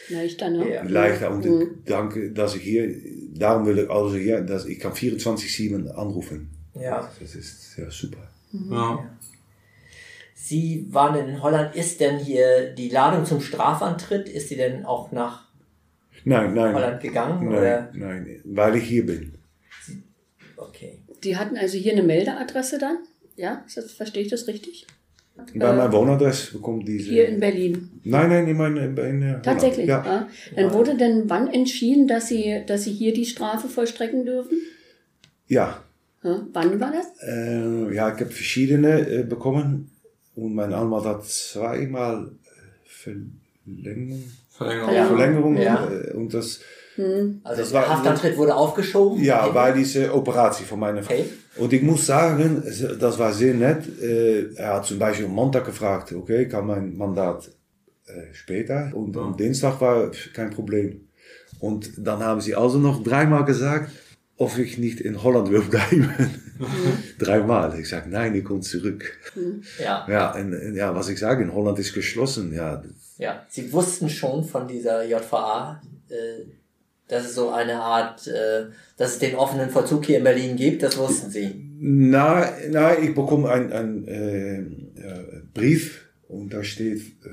Speaker 4: Leichter, ne?
Speaker 5: Ja.
Speaker 2: leichter. Und
Speaker 4: Mm.
Speaker 2: ich danke, dass ich hier, darum will ich also hier, dass ich kann 24-7 anrufen.
Speaker 5: Ja.
Speaker 2: Das ist ja super.
Speaker 3: Ja.
Speaker 5: Sie waren in Holland. Ist denn hier die Ladung zum Strafantritt? Ist sie denn auch nach Oh,
Speaker 2: Nein, nein.
Speaker 5: Holland gegangen?
Speaker 2: nein,
Speaker 5: Oder?
Speaker 2: nein, weil ich hier bin.
Speaker 5: Okay.
Speaker 4: Die hatten also hier eine Meldeadresse dann? Ja, ist das, verstehe ich das richtig?
Speaker 2: Bei
Speaker 4: Äh,
Speaker 2: meiner Wohnadresse bekommt diese.
Speaker 4: Hier in Berlin.
Speaker 2: nein, nein, in meiner. in, äh, Holland.
Speaker 4: Tatsächlich. Ja.
Speaker 2: Ja.
Speaker 4: Dann wurde denn wann entschieden, dass sie, dass sie hier die Strafe vollstrecken dürfen?
Speaker 2: ja.
Speaker 4: Ja, wann war das?
Speaker 2: Äh, ja, ich habe verschiedene äh, bekommen und mein Anwalt hat zweimal äh, Verlängerung,
Speaker 3: Verlängerung.
Speaker 4: Ja.
Speaker 2: Verlängerung
Speaker 5: Ja.
Speaker 2: äh, und das,
Speaker 4: Mhm.
Speaker 5: Also
Speaker 2: Das
Speaker 5: der
Speaker 2: war-
Speaker 5: Haftantritt wurde aufgeschoben?
Speaker 2: ja,
Speaker 5: Okay.
Speaker 2: weil diese Operatie von meiner Frau.
Speaker 5: Okay.
Speaker 2: Und ich muss sagen, es- das war sehr nett. Äh, er hat zum Beispiel um Montag gefragt, okay, kann mein Mandat äh, später und am Dienstag war kein Problem. Und dann haben sie also noch dreimal gesagt, ob ich nicht in Holland will bleiben. dreimal. Ich sage, nein, ich komme zurück.
Speaker 5: Ja.
Speaker 2: Ja, en, en ja, was ik sage, in Holland is geschlossen. Ja,
Speaker 5: ja. Sie wussten schon von dieser JVA, äh, dass es so eine Art, äh, dass es den offenen Verzug hier in Berlin gibt. Das wussten Sie.
Speaker 2: na, na, ik bekom een, een eh, ja, brief en daar staat eh,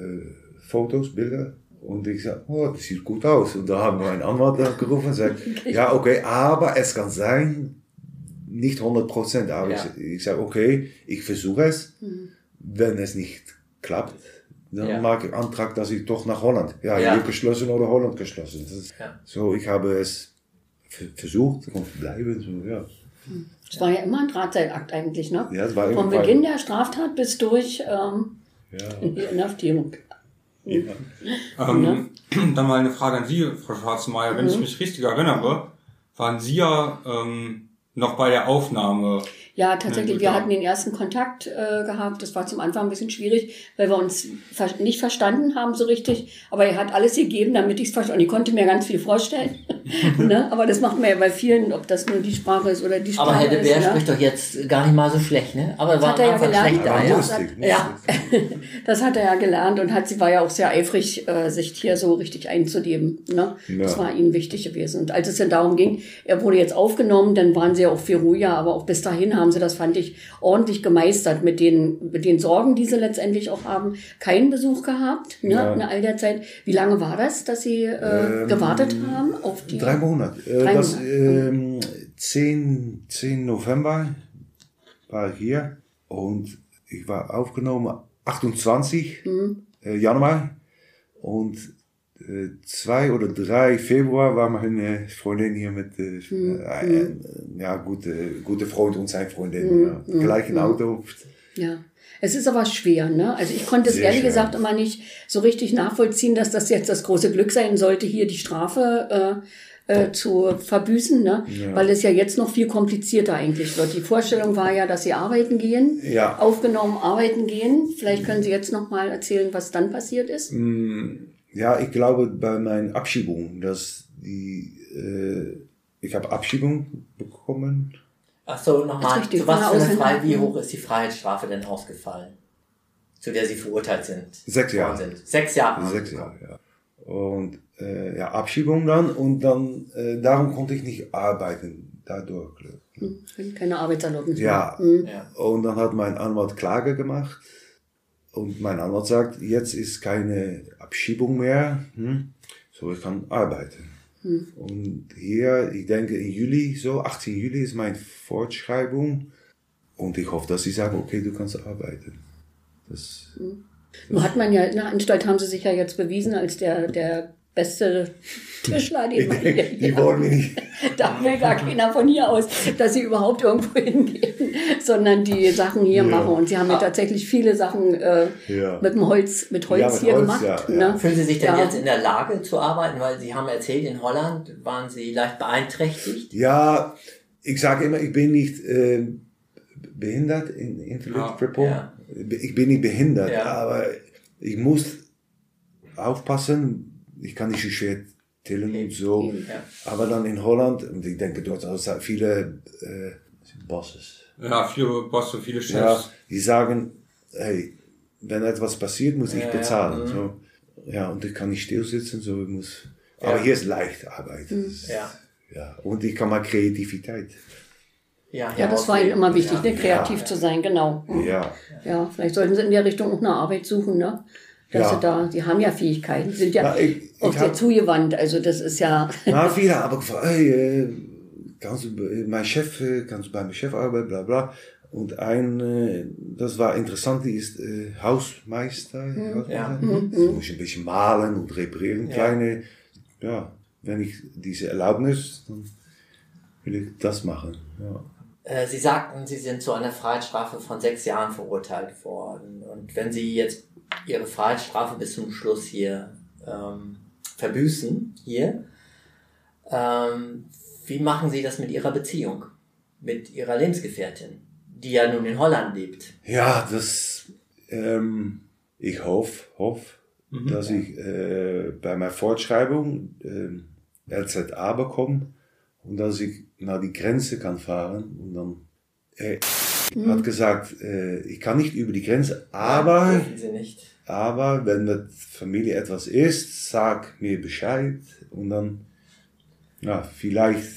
Speaker 2: foto's, bilden. En ik zei, oh, het ziet goed uit. En daar hebben we een antwoord op geroepen. Zei, ja, oké, aber es kan zijn, niet 100%. Aber
Speaker 5: Ja.
Speaker 2: ik zei- ik zei, oké, ik versuche es.
Speaker 4: Mhm.
Speaker 2: Wenn es niet klapt, dan
Speaker 5: Ja.
Speaker 2: maak ik Antrag, dat ik toch naar Holland. Ja,
Speaker 5: Ja.
Speaker 2: hier geschlossen oder Holland geschlossen. Dat is-
Speaker 5: Ja.
Speaker 2: So, ich habe es ver- versucht und bleiben. So, ja.
Speaker 4: Das war ja immer ein Drahtseilakt eigentlich, ne?
Speaker 2: ja, es war
Speaker 4: Vom
Speaker 2: irgendwann-
Speaker 4: Beginn der Straftat bis durch ähm,
Speaker 2: Ja.
Speaker 4: die Inhaftierung.
Speaker 3: Ähm, Dann mal eine Frage an Sie, Frau Schwarzmeier. Wenn ich mich richtig erinnere, waren Sie ja ähm, noch bei der Aufnahme.
Speaker 4: Ja, tatsächlich,
Speaker 3: gut,
Speaker 4: wir
Speaker 3: ja.
Speaker 4: hatten den ersten Kontakt äh, gehabt. Das war zum Anfang ein bisschen schwierig, weil wir uns ver nicht verstanden haben so richtig. Aber er hat alles gegeben, damit ich es verstehe. Und ich konnte mir ganz viel vorstellen. ne? Aber das macht man ja bei vielen, ob das nur die Sprache ist oder die Sprache
Speaker 5: Aber Herr de
Speaker 4: ist.
Speaker 5: Beer
Speaker 4: ne?
Speaker 5: spricht doch jetzt gar nicht mal so schlecht, ne? Aber er war
Speaker 4: Hat er
Speaker 5: am
Speaker 4: ja
Speaker 5: Anfang
Speaker 4: gelernt.
Speaker 5: schlechter,
Speaker 2: Aber
Speaker 5: ja?
Speaker 2: lustig.
Speaker 5: Ja.
Speaker 4: Das hat er ja gelernt und hat, sie war ja auch sehr eifrig, äh, sich hier so richtig einzugeben. Ne?
Speaker 2: Ja.
Speaker 4: Das war ihm wichtig gewesen. Und als es dann darum ging, er wurde jetzt aufgenommen, dann waren sie ja auch viel ruhiger, aber auch bis dahin haben sie das, fand ich, ordentlich gemeistert mit den, mit den Sorgen, die sie letztendlich auch haben. Keinen Besuch gehabt ne?
Speaker 2: Ja.
Speaker 4: in all der Zeit. Wie lange war das, dass sie äh,
Speaker 2: Ähm,
Speaker 4: gewartet haben auf die...
Speaker 2: Drei Monate. Äh,
Speaker 4: Drei
Speaker 2: das,
Speaker 4: Monate.
Speaker 2: ähm, 10, 10 November war ich hier und
Speaker 4: Hm.
Speaker 2: ich war aufgenommen 28 äh, Januar Eh, und äh, zwei oder drei Februar war meine Freundin hier mit äh,
Speaker 4: Mhm.
Speaker 2: äh, äh, ja, gute, gute Freund und sein Freundin.
Speaker 4: Mhm.
Speaker 2: Ja.
Speaker 4: Mhm.
Speaker 2: Gleichen
Speaker 4: Mhm.
Speaker 2: Auto.
Speaker 4: Ja. Es ist aber schwer, ne? Also ich konnte es
Speaker 2: Sehr
Speaker 4: ehrlich
Speaker 2: schwer.
Speaker 4: gesagt immer nicht so richtig nachvollziehen, dass das jetzt das große Glück sein sollte, hier die Strafe äh, äh, zu verbüßen, ne?
Speaker 2: Ja.
Speaker 4: Weil es ja jetzt noch viel komplizierter eigentlich wird. Die Vorstellung war ja, dass sie arbeiten gehen,
Speaker 2: Ja.
Speaker 4: aufgenommen arbeiten gehen. Vielleicht können Sie jetzt noch mal erzählen, was dann passiert ist.
Speaker 2: Mm, Ja, ich glaube bei meiner Abschiebung, dass die, äh, ich habe Abschiebung bekommen.
Speaker 5: Ach so,
Speaker 4: Ist
Speaker 5: nochmal.
Speaker 4: richtig,
Speaker 5: Zu was
Speaker 4: von
Speaker 5: für
Speaker 4: der
Speaker 5: eine Frei,
Speaker 4: Ausländer-
Speaker 5: wie hoch ist die Freiheitsstrafe denn ausgefallen? Zu der sie verurteilt sind.
Speaker 2: Sechs Jahre.
Speaker 5: worden Sind. Sechs Jahre.
Speaker 2: Sechs Jahre, ja. Und äh, ja, Abschiebung dann und dann, äh, darum konnte ich nicht arbeiten, dadurch.
Speaker 4: Hm, Keine Arbeitserlaubnis.
Speaker 2: Ja,
Speaker 4: mehr. Hm.
Speaker 5: Ja.
Speaker 2: Und dann hat mein Anwalt Klage gemacht. Und mein Anwalt sagt, jetzt ist keine Abschiebung mehr, hm? so ich kann arbeiten. Und hier, ich denke im Juli, so 18 Juli ist meine Fortschreibung. Und ich hoffe, dass sie sagen, okay, du kannst arbeiten. Das,
Speaker 4: Nun hat man ja in der Anstalt haben Sie sich ja jetzt bewiesen als der der beste Tischler, den
Speaker 2: ich
Speaker 4: man
Speaker 2: denke,
Speaker 4: hier-
Speaker 2: die wollen mich nicht.
Speaker 4: Da will gar keiner von hier aus, dass sie überhaupt irgendwo hingehen, sondern die Sachen
Speaker 2: Ja.
Speaker 4: hier
Speaker 2: Ah.
Speaker 4: machen. Und sie haben ja tatsächlich viele Sachen äh,
Speaker 2: Ja.
Speaker 4: mit dem Holz, mit Holz
Speaker 2: Ja, mit
Speaker 4: hier
Speaker 2: Holz,
Speaker 4: gemacht.
Speaker 2: ja, ja.
Speaker 4: Ne?
Speaker 5: Fühlen Sie sich denn
Speaker 4: Ja.
Speaker 5: jetzt in der Lage zu arbeiten? Weil Sie haben erzählt, in Holland waren Sie leicht beeinträchtigt.
Speaker 2: Ja, ich sage immer, ich bin nicht äh, behindert in Intellect
Speaker 3: Ja,
Speaker 2: Report.
Speaker 5: ja.
Speaker 2: Ich bin nicht behindert,
Speaker 5: Ja.
Speaker 2: aber ich muss aufpassen. Ich kann nicht so schwer tillen und so.
Speaker 5: Ja.
Speaker 2: Aber dann in Holland, und ich denke dort auch sehr viele äh, Bosses.
Speaker 3: Ja, viele Bosse, viele Chefs.
Speaker 2: Ja, die sagen, hey, wenn etwas passiert, muss ich
Speaker 5: Ja, ja,
Speaker 2: bezahlen.
Speaker 5: mhm.
Speaker 2: so. ja, und ich kann nicht still sitzen, so ich muss.
Speaker 5: Ja.
Speaker 2: Aber hier ist leicht Arbeit. Das ist-
Speaker 5: Ja.
Speaker 2: ja. Und ich kann mal Kreativität.
Speaker 4: Ja, das war ihnen immer wichtig, ne?
Speaker 5: Ja.
Speaker 4: kreativ zu sein, genau.
Speaker 2: Ja.
Speaker 4: Ja, vielleicht sollten sie in der Richtung auch eine Arbeit suchen, ne? Dass
Speaker 2: Ja.
Speaker 4: sie da, die haben ja Fähigkeiten, sind ja
Speaker 2: Na, ich- ich
Speaker 4: auch sehr
Speaker 2: hab-
Speaker 4: zugewandt. Also das ist ja,
Speaker 2: Na, viele haben gefragt, hey, äh, kannst du, bei- mein Chef, äh, kannst du bei meinem Chef arbeiten, bla bla. Und ein, äh, das war interessant, die ist äh, Hausmeister.
Speaker 5: Mhm. Ja.
Speaker 2: Hausmeister. So muss ich ein bisschen malen und reparieren,
Speaker 5: Ja.
Speaker 2: kleine. Ja, wenn ich diese Erlaubnis, dann will ich das machen. Ja.
Speaker 5: Äh, Sie sagten, Sie sind zu einer Freiheitsstrafe von sechs Jahren verurteilt worden. Und wenn Sie jetzt Ihre Freiheitsstrafe bis zum Schluss hier ähm, verbüßen, hier, ähm, wie machen Sie das mit Ihrer Beziehung? Mit Ihrer Lebensgefährtin, die ja nun in Holland lebt.
Speaker 2: Ja, das. Ähm, ich hoffe, hoff,
Speaker 3: Mhm.
Speaker 2: dass ich äh, bei meiner Fortschreibung ähm, LZA bekomme und dass ich nach die Grenze kann fahren. Und dann er hat gesagt, äh, ich kann nicht über die Grenze, aber,
Speaker 5: Dürfen Sie nicht.
Speaker 2: aber wenn mit Familie etwas ist, sag mir Bescheid. Und dann, ja, vielleicht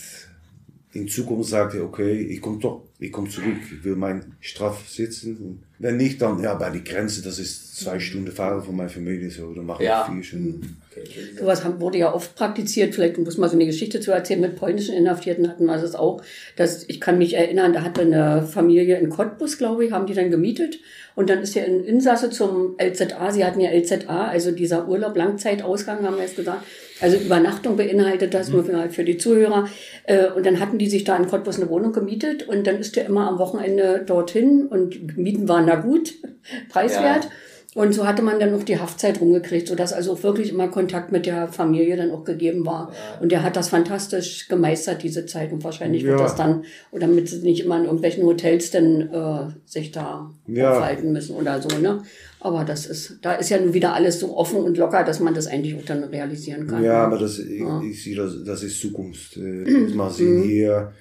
Speaker 2: in Zukunft sagt er, okay, ich komme doch, ich komme zurück, ich will meinen Straf sitzen. Und wenn nicht, dann, ja, bei die Grenze, das ist zwei Stunden Fahren von meiner Familie, so, dann mache
Speaker 5: Ja.
Speaker 2: ich vier Stunden.
Speaker 5: Okay,
Speaker 4: Sowas haben- wurde ja oft praktiziert, vielleicht um bloß mal so eine Geschichte zu erzählen, mit polnischen Inhaftierten hatten wir das auch, dass, ich kann mich erinnern, da hatte eine Familie in Cottbus, glaube ich, haben die dann gemietet und dann ist ja ein Insasse zum LZA, sie hatten ja LZA, also dieser Urlaub, Langzeitausgang, haben wir jetzt gesagt, also Übernachtung beinhaltet das, nur für, für die Zuhörer Äh, und dann hatten die sich da in Cottbus eine Wohnung gemietet und dann ist der immer am Wochenende dorthin und Mieten waren da gut, preiswert.
Speaker 5: Ja.
Speaker 4: Und so hatte man dann noch die Haftzeit rumgekriegt, sodass also auch wirklich immer Kontakt mit der Familie dann auch gegeben war. Und er hat das fantastisch gemeistert, diese Zeit. Und wahrscheinlich wird
Speaker 2: Ja.
Speaker 4: das dann, oder damit sie nicht immer in irgendwelchen Hotels dann äh, sich da
Speaker 2: Ja.
Speaker 4: aufhalten müssen oder so, ne? Aber das ist, da ist ja nun wieder alles so offen und locker, dass man das eigentlich auch dann realisieren kann.
Speaker 2: Ja,
Speaker 4: ne?
Speaker 2: aber das, ich, ich sehe, das, das ist Zukunft. Äh, muss man
Speaker 4: Mhm.
Speaker 2: sehen hier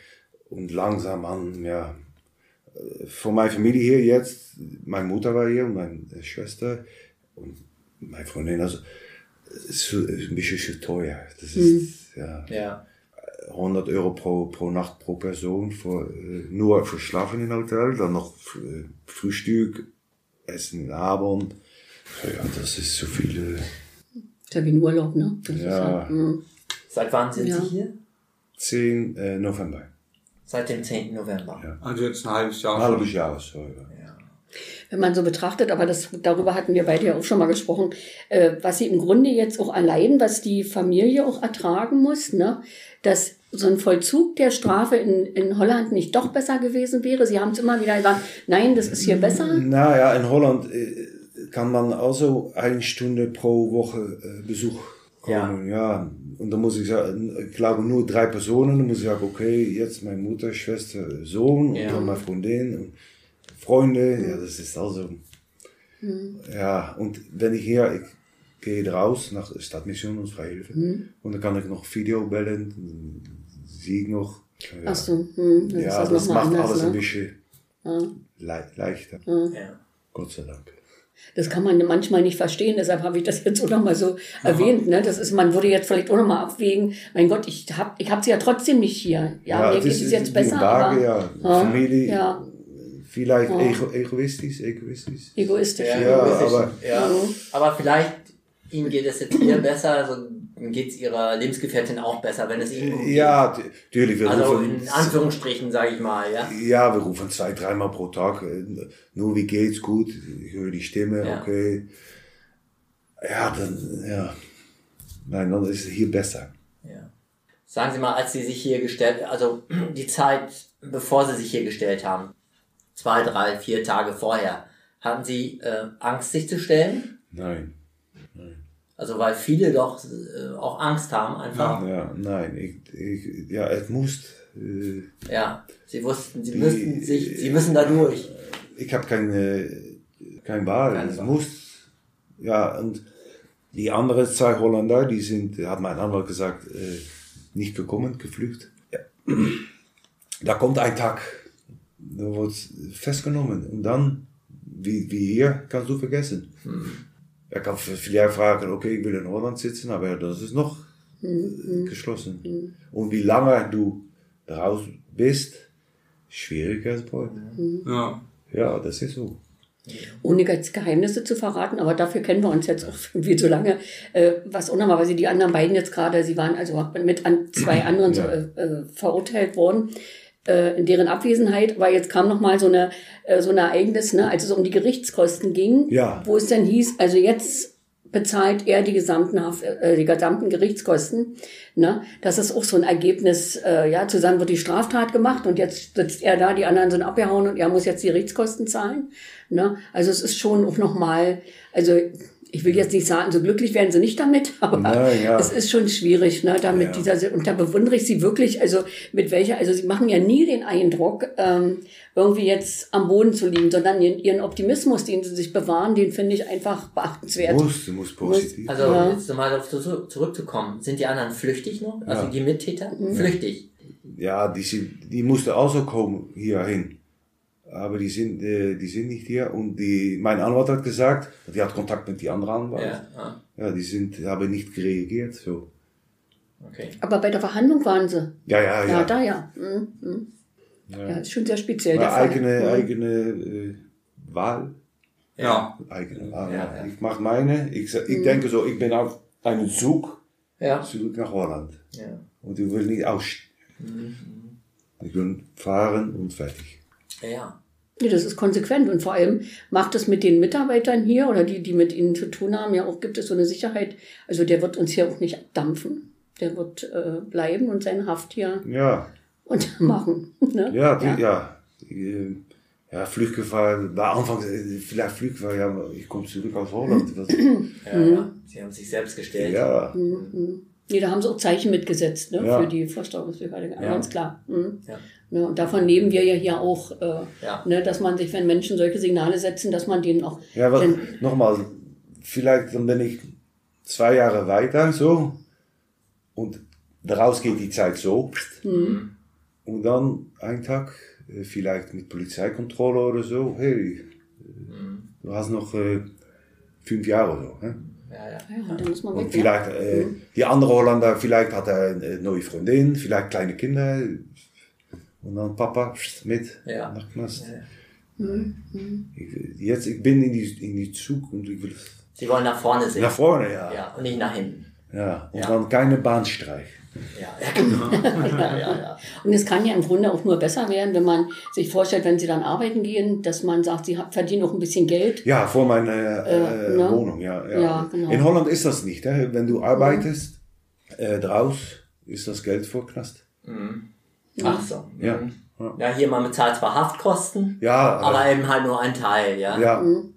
Speaker 2: und langsam an, ja. Äh, Von meiner Familie hier jetzt, meine Mutter war hier und meine äh, Schwester und meine Freundin, also es ist so- ist ein bisschen zu teuer. Das ist
Speaker 4: Mhm.
Speaker 2: ja,
Speaker 5: Äh, Ja.
Speaker 2: 100 Euro pro, pro Nacht pro Person für, äh, nur für Schlafen im Hotel, dann noch äh, Frühstück, Essen in Abend. Ja, das ist zu viel. Äh,
Speaker 4: Ist ja wie ein Urlaub, ne? Das Ist
Speaker 2: Ja.
Speaker 4: ja, mm.
Speaker 5: Seit wann sind
Speaker 4: Ja.
Speaker 5: Sie hier?
Speaker 2: 10 äh, November.
Speaker 5: Seit dem 10. November.
Speaker 2: Ja.
Speaker 3: Also jetzt ein halbes Jahr.
Speaker 2: Ein halbes Jahr, sorry.
Speaker 5: Ja.
Speaker 4: Wenn man so betrachtet, aber das, darüber hatten wir beide ja auch schon mal gesprochen, äh, was sie im Grunde jetzt auch allein, was die Familie auch ertragen muss, ne, dass so ein Vollzug der Strafe in, in Holland nicht doch besser gewesen wäre. Sie haben es immer wieder gesagt, nein, das ist hier besser.
Speaker 2: Naja, in Holland äh, kann man also eine Stunde pro Woche äh, Besuch kommen. Ja. ja. Und dann muss ich sagen, ich glaube nur drei Personen. Dann muss ich sagen, okay, jetzt meine Mutter, Schwester, Sohn
Speaker 5: Ja.
Speaker 2: und dann meine Freundin und Freunde. Ja, das ist also.
Speaker 4: Hm.
Speaker 2: Ja, und wenn ich hier, ich gehe raus nach Stadtmission und Freihilfe
Speaker 4: Hm.
Speaker 2: und dann kann ich noch Video bellen, sehe ich noch. Ja,
Speaker 4: Ach so, hm, dann
Speaker 2: ja, das,
Speaker 4: noch mal
Speaker 2: macht
Speaker 4: anders,
Speaker 2: alles
Speaker 4: ne?
Speaker 2: ein bisschen
Speaker 4: Ja.
Speaker 2: le leichter.
Speaker 5: Ja.
Speaker 2: Gott sei Dank.
Speaker 4: Das kann man manchmal nicht verstehen, deshalb habe ich das jetzt auch nochmal so erwähnt. Ne? Das ist, man würde jetzt vielleicht auch nochmal abwägen, mein Gott, ich habe ich hab sie ja trotzdem nicht hier. Ja, mir
Speaker 2: het
Speaker 4: geht es jetzt
Speaker 2: die
Speaker 4: besser,
Speaker 2: Waage,
Speaker 4: aber
Speaker 2: ja.
Speaker 4: Ja,
Speaker 2: Familie,
Speaker 4: ja.
Speaker 2: vielleicht
Speaker 4: Ja.
Speaker 2: ego egoistisch, egoistisch.
Speaker 4: egoistisch.
Speaker 5: Ja,
Speaker 2: Ja,
Speaker 5: egoistisch.
Speaker 2: aber-
Speaker 5: ja. aber vielleicht Ihnen geht es jetzt hier besser, also geht es Ihrer Lebensgefährtin auch besser, wenn es Ihnen gut geht.
Speaker 2: Ja, tu- tuurlijk, we
Speaker 5: Also
Speaker 2: roepen...
Speaker 5: in Anführungsstrichen, sage ich mal, ja.
Speaker 2: Ja, we roepen twee, dreimal pro Tag. Nur wie geht's gut? Ich höre die Stimme,
Speaker 5: Ja.
Speaker 2: okay. Ja, dann, ja. Nein, dann ist es hier besser.
Speaker 5: Ja. Sagen Sie mal, als Sie sich hier gestellt, also die Zeit, bevor Sie sich hier gestellt haben, zwei, drei, vier Tage vorher, hatten Sie äh, Angst, sich zu stellen?
Speaker 2: Nein.
Speaker 5: Also weil viele doch äh, auch Angst haben einfach.
Speaker 2: Ja, nein. Ich, ich, ja, es moest. Äh,
Speaker 5: Ja. Sie wussten, sie
Speaker 2: Die-
Speaker 5: müssten sich, sie müssen da durch.
Speaker 2: ich habe keine, kein Wahl.
Speaker 5: Keine
Speaker 2: es
Speaker 5: Wahl.
Speaker 2: muss. Ja, und die anderen zwei Holländer, die sind, hat mein Anwalt gesagt, äh, nicht gekommen, geflüchtet. Ja. Da kommt ein Tag, da wird festgenommen. Und dann, wie, wie hier, kannst du vergessen. Er kann vielleicht fragen, okay, ich will in Holland sitzen, aber das ist noch
Speaker 4: Mhm.
Speaker 2: äh, geschlossen. Und wie lange du raus bist, schwieriger als heute.
Speaker 3: Ja.
Speaker 2: Ja, das ist so.
Speaker 4: ohne jetzt Geheimnisse zu verraten, aber dafür kennen wir uns jetzt auch irgendwie so lange. Äh, was unnormal, weil sie die anderen beiden jetzt gerade, sie waren also mit an zwei anderen so,
Speaker 2: Ja.
Speaker 4: äh, äh, verurteilt worden äh, in deren Abwesenheit, aber jetzt kam noch mal so eine äh, so ein Ereignis, ne, als es um die Gerichtskosten ging,
Speaker 2: Ja.
Speaker 4: wo es dann hieß, also jetzt bezahlt er die gesamten Haft, äh, die gesamten Gerichtskosten, ne? Das ist auch so ein Ergebnis, äh, ja, zusammen wird die Straftat gemacht und jetzt sitzt er da, die anderen sind abgehauen und er muss jetzt die Gerichtskosten zahlen, ne? Also es ist schon auch noch mal, also ich will jetzt nicht sagen, so glücklich werden sie nicht damit, aber
Speaker 2: Nein, ja.
Speaker 4: es ist schon schwierig, ne, da mit dieser, und da bewundere ich sie wirklich, also mit welcher, also sie machen ja nie den Eindruck, ähm, irgendwie jetzt am Boden zu liegen, sondern ihren, ihren Optimismus, den sie sich bewahren, den finde ich einfach beachtenswert.
Speaker 2: Muss, du musst positiv.
Speaker 5: Also
Speaker 4: Ja.
Speaker 5: jetzt nochmal darauf zu- zurückzukommen, sind die anderen flüchtig noch? Also
Speaker 2: Ja.
Speaker 5: die Mittäter?
Speaker 4: Mhm.
Speaker 5: Flüchtig.
Speaker 2: ja, die, sind, die mussten auch so kommen hierhin. Aber die sind, äh, die sind nicht hier. Und die, mein Anwalt hat gesagt, die hat Kontakt mit die anderen Anwalt.
Speaker 5: Ja.
Speaker 2: Ja,
Speaker 5: Ah,
Speaker 2: die sind, haben nicht reagiert. So.
Speaker 5: okay.
Speaker 4: Aber bei der Verhandlung waren sie.
Speaker 2: Ja, ja,
Speaker 4: Ja,
Speaker 2: ja.
Speaker 4: da ja. Mhm. mhm. Ja. ist schon sehr speziell.
Speaker 2: Maar
Speaker 4: der Fall.
Speaker 2: eigene,
Speaker 4: Mhm.
Speaker 2: eigene äh, Wahl.
Speaker 3: Ja.
Speaker 2: Eigene Wahl.
Speaker 5: Ja,
Speaker 2: Ja,
Speaker 5: ja.
Speaker 2: Ich mache meine. Ich, se- ich denke so, ich bin auf einem Zug
Speaker 5: Ja.
Speaker 2: zurück nach Holland.
Speaker 5: ja.
Speaker 2: Und ich will nicht ausstehen.
Speaker 5: Mhm.
Speaker 2: Ich will fahren und fertig.
Speaker 5: Ja.
Speaker 4: Nee, das ist konsequent und vor allem macht es mit den Mitarbeitern hier oder die, die mit ihnen zu tun haben, ja auch gibt es so eine Sicherheit. Also der wird uns hier auch nicht abdampfen. Der wird äh, bleiben und seine Haft hier
Speaker 2: Ja.
Speaker 4: untermachen. Ne?
Speaker 2: Ja, die, ja. Äh, Ja, Fluggefahr, war anfangs, äh, vielleicht Fluggefahr, ja, aber ich komme zurück aus Holland. Was,
Speaker 5: Ja,
Speaker 4: Mhm.
Speaker 5: ja. Sie haben sich selbst gestellt.
Speaker 2: ja,
Speaker 4: Nee, da haben sie auch Zeichen mitgesetzt ne?
Speaker 2: Ja.
Speaker 4: für die Verstauungsbehörde. Ganz klar. Mhm.
Speaker 5: Ja.
Speaker 4: Ne? Und davon nehmen wir ja hier auch, äh,
Speaker 5: Ja.
Speaker 4: ne? dass man sich, wenn Menschen solche Signale setzen, dass man denen auch
Speaker 2: ja was,
Speaker 4: Denn-
Speaker 2: nochmal, vielleicht dann bin ich zwei Jahre weiter, so, und daraus geht die Zeit so,
Speaker 4: mhm.
Speaker 5: Mhm.
Speaker 2: und dann ein Tag, äh, vielleicht mit Polizeikontrolle oder so, hey, äh,
Speaker 5: Mhm.
Speaker 2: du hast noch äh, fünf Jahre so, hä?
Speaker 5: Ja, ja.
Speaker 4: Ja, und dann ist man
Speaker 2: Und
Speaker 4: weg.
Speaker 2: vielleicht,
Speaker 4: ja.
Speaker 2: äh, die andere Holländer, vielleicht hat er eine neue Freundin, vielleicht kleine Kinder. Und dann Papa pst, mit
Speaker 5: Ja.
Speaker 2: nach Knast.
Speaker 5: Ja.
Speaker 4: Mhm,
Speaker 2: Ich, jetzt, ich bin in die, in die Zug und ich will
Speaker 5: Sie wollen nach vorne sehen.
Speaker 2: nach vorne, ja.
Speaker 5: Ja, und nicht nach hinten.
Speaker 2: Ja, und
Speaker 5: Ja.
Speaker 2: dann keine Bahnstreik.
Speaker 5: Ja, ja, genau. ja, ja, ja.
Speaker 4: Und es kann ja im Grunde auch nur besser werden, wenn man sich vorstellt, wenn sie dann arbeiten gehen, dass man sagt, sie hab- verdienen auch ein bisschen Geld.
Speaker 2: Ja, vor meiner äh,
Speaker 4: Äh, ne?
Speaker 2: Wohnung, ja. ja.
Speaker 4: Ja, genau.
Speaker 2: In Holland ist das nicht. Hè? Wenn du arbeitest, äh, draus ist das Geld vor Knast.
Speaker 5: Mhm. Ach so.
Speaker 2: Ja.
Speaker 5: Mhm. Ja, hier man bezahlt zwar Haftkosten,
Speaker 2: Ja,
Speaker 5: aber eben halt nur ein Teil, ja.
Speaker 2: ja,
Speaker 4: Mhm.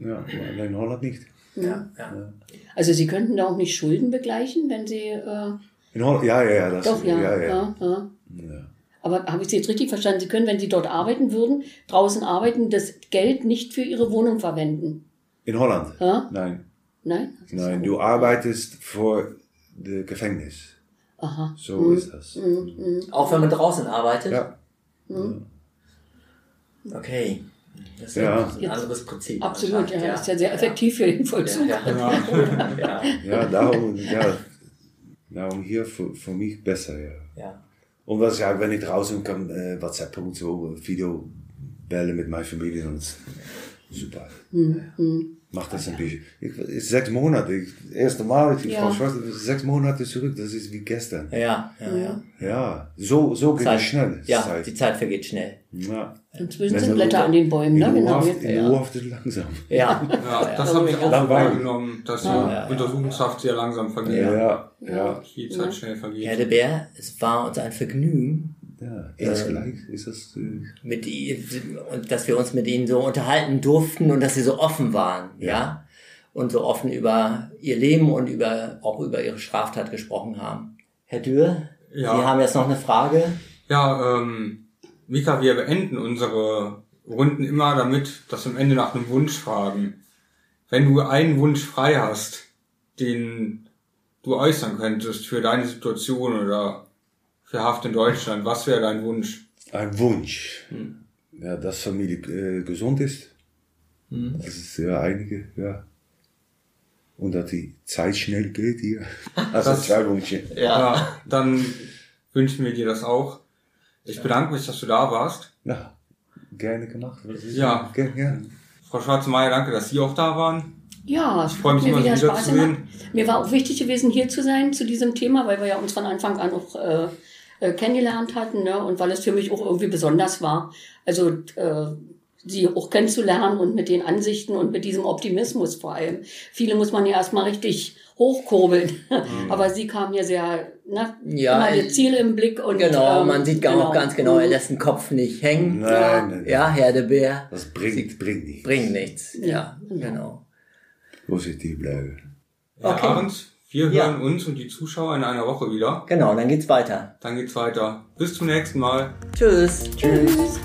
Speaker 2: ja, aber in Holland nicht.
Speaker 5: ja, ja.
Speaker 4: Also sie könnten da auch nicht Schulden begleichen, wenn sie äh,
Speaker 2: In Holland, ja, ja, ja, das,
Speaker 4: doch ja,
Speaker 2: ja,
Speaker 4: ja,
Speaker 2: ja.
Speaker 4: ja. Aber habe ich Sie jetzt richtig verstanden? Sie können, wenn Sie dort arbeiten würden, draußen arbeiten, das Geld nicht für Ihre Wohnung verwenden.
Speaker 2: In Holland?
Speaker 4: Ja?
Speaker 2: Nein,
Speaker 4: Nein?
Speaker 2: nein, du arbeitest vor de Gefängnis.
Speaker 4: Aha. Mhm,
Speaker 2: So ist das.
Speaker 5: Auch wenn man draußen arbeitet.
Speaker 2: Ja,
Speaker 5: Okay. Das ist
Speaker 2: Ja.
Speaker 5: ein anderes Prinzip.
Speaker 4: Absolut, ja.
Speaker 5: anscheinend,
Speaker 4: Ist ja sehr effektiv für den Vollzug.
Speaker 5: Ja, ja. ja.
Speaker 2: ja, darum, ja, darum hier für, für mich besser, ja.
Speaker 5: ja.
Speaker 2: Und was ja, wenn ich draußen kann, äh, WhatsApp und so, äh, Video bellen mit meiner Familie und s- super.
Speaker 4: Mhm,
Speaker 2: Mach das ein bisschen. Ich, ist sechs Monate, ich, das erste Mal, ich,
Speaker 4: Ja.
Speaker 2: Frau Schwarz, sechs Monate zurück, das ist wie gestern.
Speaker 5: Ja, ja, ja.
Speaker 2: Ja, so, so geht
Speaker 5: Zeit-
Speaker 2: es schnell.
Speaker 5: Ja,
Speaker 2: Zeit.
Speaker 5: die Zeit vergeht schnell.
Speaker 2: Ja.
Speaker 4: Inzwischen
Speaker 2: Wenn
Speaker 4: sind
Speaker 2: du-
Speaker 4: Blätter an den Bäumen,
Speaker 2: In
Speaker 4: ne?
Speaker 2: der
Speaker 4: Genau.
Speaker 2: Urhaft-
Speaker 4: jetzt.
Speaker 2: in der Urhaft ist langsam.
Speaker 5: Ja.
Speaker 3: Ja, das
Speaker 5: ja.
Speaker 3: habe ich auch so
Speaker 2: Lang-
Speaker 3: wahrgenommen, dass die
Speaker 5: Ja.
Speaker 3: Untersuchungshaft sehr langsam vergeht.
Speaker 2: Ja, ja.
Speaker 3: Die Zeit schnell vergeht.
Speaker 5: Herr de Bär, es war uns ein Vergnügen,
Speaker 2: ja. Ist das gleich? Ist das. Äh,
Speaker 5: mit i- und dass wir uns mit ihnen so unterhalten durften und dass sie so offen waren, ja. Und so offen über ihr Leben und über, auch über ihre Straftat gesprochen haben. Herr Dürr,
Speaker 3: Ja.
Speaker 5: Sie haben jetzt noch eine Frage.
Speaker 3: Ja, ähm, Mika, wir beenden unsere Runden immer damit, dass wir am Ende nach einem Wunsch fragen. Wenn du einen Wunsch frei hast, den du äußern könntest für deine Situation oder für Haft in Deutschland, was wäre dein Wunsch?
Speaker 2: Ein Wunsch. Ja, dass Familie äh, gesund ist. Das ist ja einige, ja. Und dass die Zeit schnell geht hier. Also
Speaker 3: Das-
Speaker 2: zwei Wünsche.
Speaker 3: Ja. dann wünschen wir dir das auch. Ich bedanke mich, dass du da warst.
Speaker 2: Ja, gerne gemacht. Das ist-
Speaker 3: Ja.
Speaker 2: Gerne, gerne.
Speaker 3: Frau Schwarzmeier, danke, dass Sie auch da waren.
Speaker 4: Ja, es
Speaker 3: freu
Speaker 4: hat
Speaker 3: mich
Speaker 4: mir
Speaker 3: immer,
Speaker 4: wieder
Speaker 3: Sie wieder
Speaker 4: Spaß
Speaker 3: zu
Speaker 4: gemacht.
Speaker 3: sehen.
Speaker 4: Mir war auch wichtig gewesen, hier zu sein zu diesem Thema, weil wir ja uns von Anfang an auch äh, äh, kennengelernt hatten ne? und weil es für mich auch irgendwie besonders war. Also äh, sie auch kennenzulernen und mit den Ansichten und mit diesem Optimismus vor allem. Viele muss man ja erstmal richtig hochkurbeln,
Speaker 3: Mhm.
Speaker 4: aber sie kam hier sehr, ne?
Speaker 5: Ja,
Speaker 4: immer
Speaker 5: äh,
Speaker 4: ihr Ziel im Blick und
Speaker 5: Genau,
Speaker 4: ähm,
Speaker 5: man sieht genau. auch ganz genau, er lässt den Kopf nicht hängen.
Speaker 2: Nein, nein, nein.
Speaker 5: Ja, Herr de Bär,
Speaker 2: Das bringt, bringt nichts.
Speaker 5: bringt nichts. Ja, genau.
Speaker 2: Positiv bleiben.
Speaker 3: Herr
Speaker 5: Okay.
Speaker 3: Ahrens, wir
Speaker 5: Ja.
Speaker 3: hören uns und die Zuschauer in einer Woche wieder.
Speaker 5: Genau, dann geht's weiter.
Speaker 3: Dann geht's weiter. Bis zum nächsten Mal.
Speaker 5: Tschüss.
Speaker 4: Tschüss.